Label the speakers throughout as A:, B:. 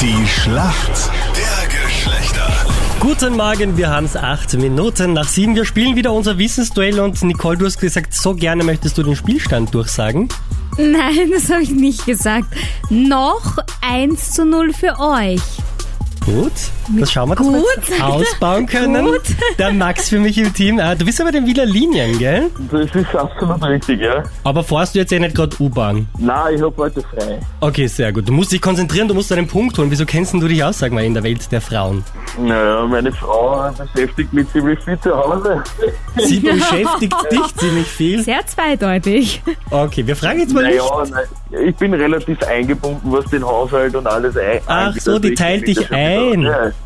A: Die Schlacht der Geschlechter.
B: Guten Morgen, wir haben's acht Minuten nach sieben. Wir spielen wieder unser Wissensduell und Nicole, du hast gesagt, so gerne möchtest du den Spielstand durchsagen.
C: Nein, das habe ich nicht gesagt. Noch 1 zu 0 für euch.
B: Gut, das schauen wir, dass wir
C: Gut.
B: jetzt ausbauen können.
C: Gut.
B: Der Max für mich im Team. Ah, Du bist aber den Wiener Linien, gell?
D: Das ist absolut richtig, ja.
B: Aber fahrst du jetzt eh nicht gerade U-Bahn.
D: Nein, ich hab heute frei.
B: Okay, sehr gut. Du musst dich konzentrieren, du musst deinen Punkt holen. Wieso kennst denn du dich aus, sag mal, in der Welt der Frauen?
D: Naja, meine Frau beschäftigt mich ziemlich viel zu Hause.
B: Sie beschäftigt dich ziemlich viel.
C: Sehr zweideutig.
B: Okay, wir fragen jetzt mal nicht.
D: Naja, nein, ich bin relativ eingebunden, was den Haushalt und alles ein.
B: Ach
D: angeht.
B: so, die
D: Also ich
B: teilt
D: bin
B: dich
D: da schon wieder-
B: ein.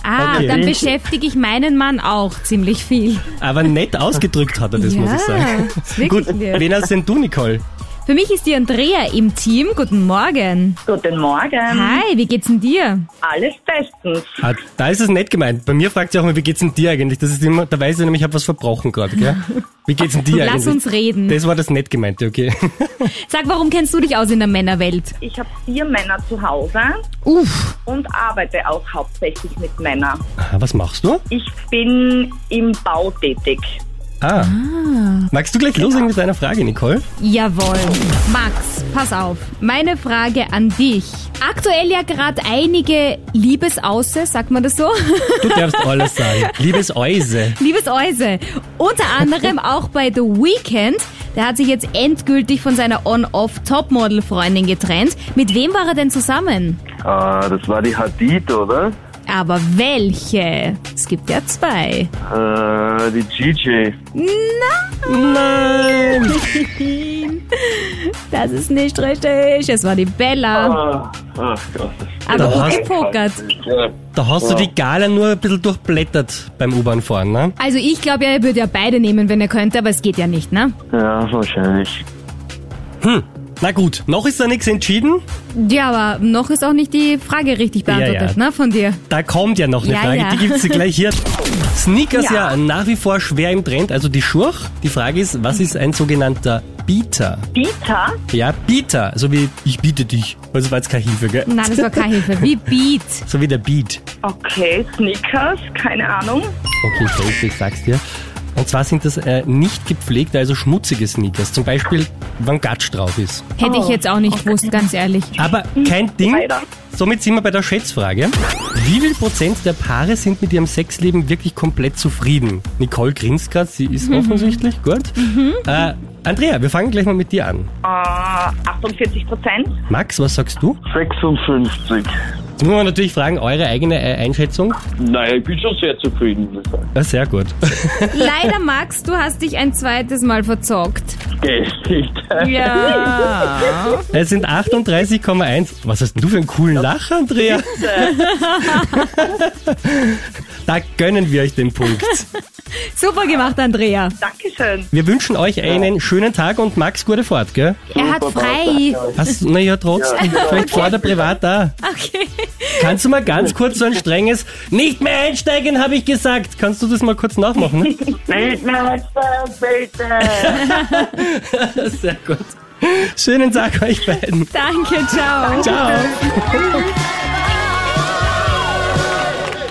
C: Ah,
B: Okay.
C: dann beschäftige ich meinen Mann auch ziemlich viel.
B: Aber nett ausgedrückt hat er das,
C: ja,
B: muss ich sagen.
C: ist
B: Gut,
C: wirklich lieb.
B: wen hast denn du, Nicole?
C: Für mich ist die Andrea im Team. Guten Morgen.
E: Guten Morgen.
C: Hi, wie geht's denn dir?
E: Alles bestens.
B: Ah, da ist es nett gemeint. Bei mir fragt sie auch mal, wie geht's denn dir eigentlich? Das ist immer, da weiß ich nämlich, ich habe was verbrochen gerade, gell? Wie geht's denn dir eigentlich?
C: Lass uns reden.
B: Das war das nett gemeinte, okay.
C: Sag, warum kennst du dich aus in der Männerwelt?
E: Ich habe vier Männer zu Hause
C: Uff.
E: und arbeite auch hauptsächlich mit Männern.
B: Aha, Ah, was machst du?
E: Ich bin im Bau tätig.
B: Ah. Magst du gleich loslegen mit deiner Frage, Nicole?
C: Jawohl. Max, pass auf. Meine Frage an dich. Aktuell ja gerade einige Liebesaussätze, sagt man das so?
B: Du darfst alles sagen. Liebes Euse.
C: Liebes Euse, unter anderem auch bei The Weeknd. Der hat sich jetzt endgültig von seiner On-Off-Topmodel-Freundin getrennt. Mit wem war er denn zusammen?
D: Ah, das war die Hadid, oder?
C: Aber welche? Es gibt ja zwei.
D: Äh, die GJ.
B: Nein!
C: Das ist nicht richtig. Es war die Bella.
D: Ah, Ach Gott.
C: Aber
B: Oh. Da
C: gut
B: hast-
C: gepokert.
D: Ja.
B: Da hast du die Gala nur ein bisschen durchblättert beim U-Bahn fahren, ne?
C: Also ich glaube ja, er würde ja beide nehmen, wenn er könnte, aber es geht ja nicht, ne?
D: ja, wahrscheinlich.
B: Na gut, noch ist da nichts entschieden.
C: Ja, aber noch ist auch nicht die Frage richtig
B: Ja, ja.
C: beantwortet, ne, von dir.
B: Da kommt ja noch eine
C: Ja,
B: Frage,
C: ja.
B: die gibt's dir gleich hier. Sneakers ja.
E: Ja.
B: nach wie vor schwer im Trend, also die Schurch. Die Frage ist, was ist ein sogenannter Bieter?
E: Dieter,
B: Ja, Bieter, so wie ich biete dich. Also war jetzt keine Hilfe, gell?
C: Nein, das war keine Hilfe. Wie Beat.
B: So wie der Beat.
E: okay, Snickers, keine Ahnung.
B: Okay, ich weiß, ich sag's dir. Und zwar sind das äh, nicht gepflegte, also schmutzige Sneakers. Zum Beispiel, wenn Gatsch drauf ist.
C: Hätte ich jetzt auch nicht gewusst, ganz ehrlich.
B: Aber kein Ding.
E: leider.
B: Somit sind wir bei der Schätzfrage. Wie viel Prozent der Paare sind mit ihrem Sexleben wirklich komplett zufrieden? Nicole grinst gerade, sie ist offensichtlich, gut. Äh, Andrea, wir fangen gleich mal mit dir an.
E: Äh, 48 Prozent.
B: Max, was sagst du?
D: 56.
B: Jetzt müssen wir natürlich fragen, eure eigene äh, Einschätzung.
D: Naja, ich bin schon sehr zufrieden. muss ich sagen.
B: Ja, sehr gut.
C: Leider, Max, du hast dich ein zweites Mal verzockt.
D: Gerechtigkeit.
C: Ja.
B: Es sind 38,1. Was hast denn du für einen coolen Lacher, Andrea? da gönnen wir euch den Punkt.
C: Super gemacht, Andrea.
E: Dankeschön.
B: Wir wünschen euch einen schönen Tag und Max, gute Fahrt, gell?
C: Er hat frei.
B: Hast du, naja, trotzdem, vielleicht vor der Privat da.
C: Okay.
B: Kannst du mal ganz kurz so ein strenges Nicht mehr einsteigen, habe ich gesagt. Kannst du das mal kurz nachmachen? Sehr gut. Schönen Tag euch beiden.
C: Danke, ciao.
B: Ciao.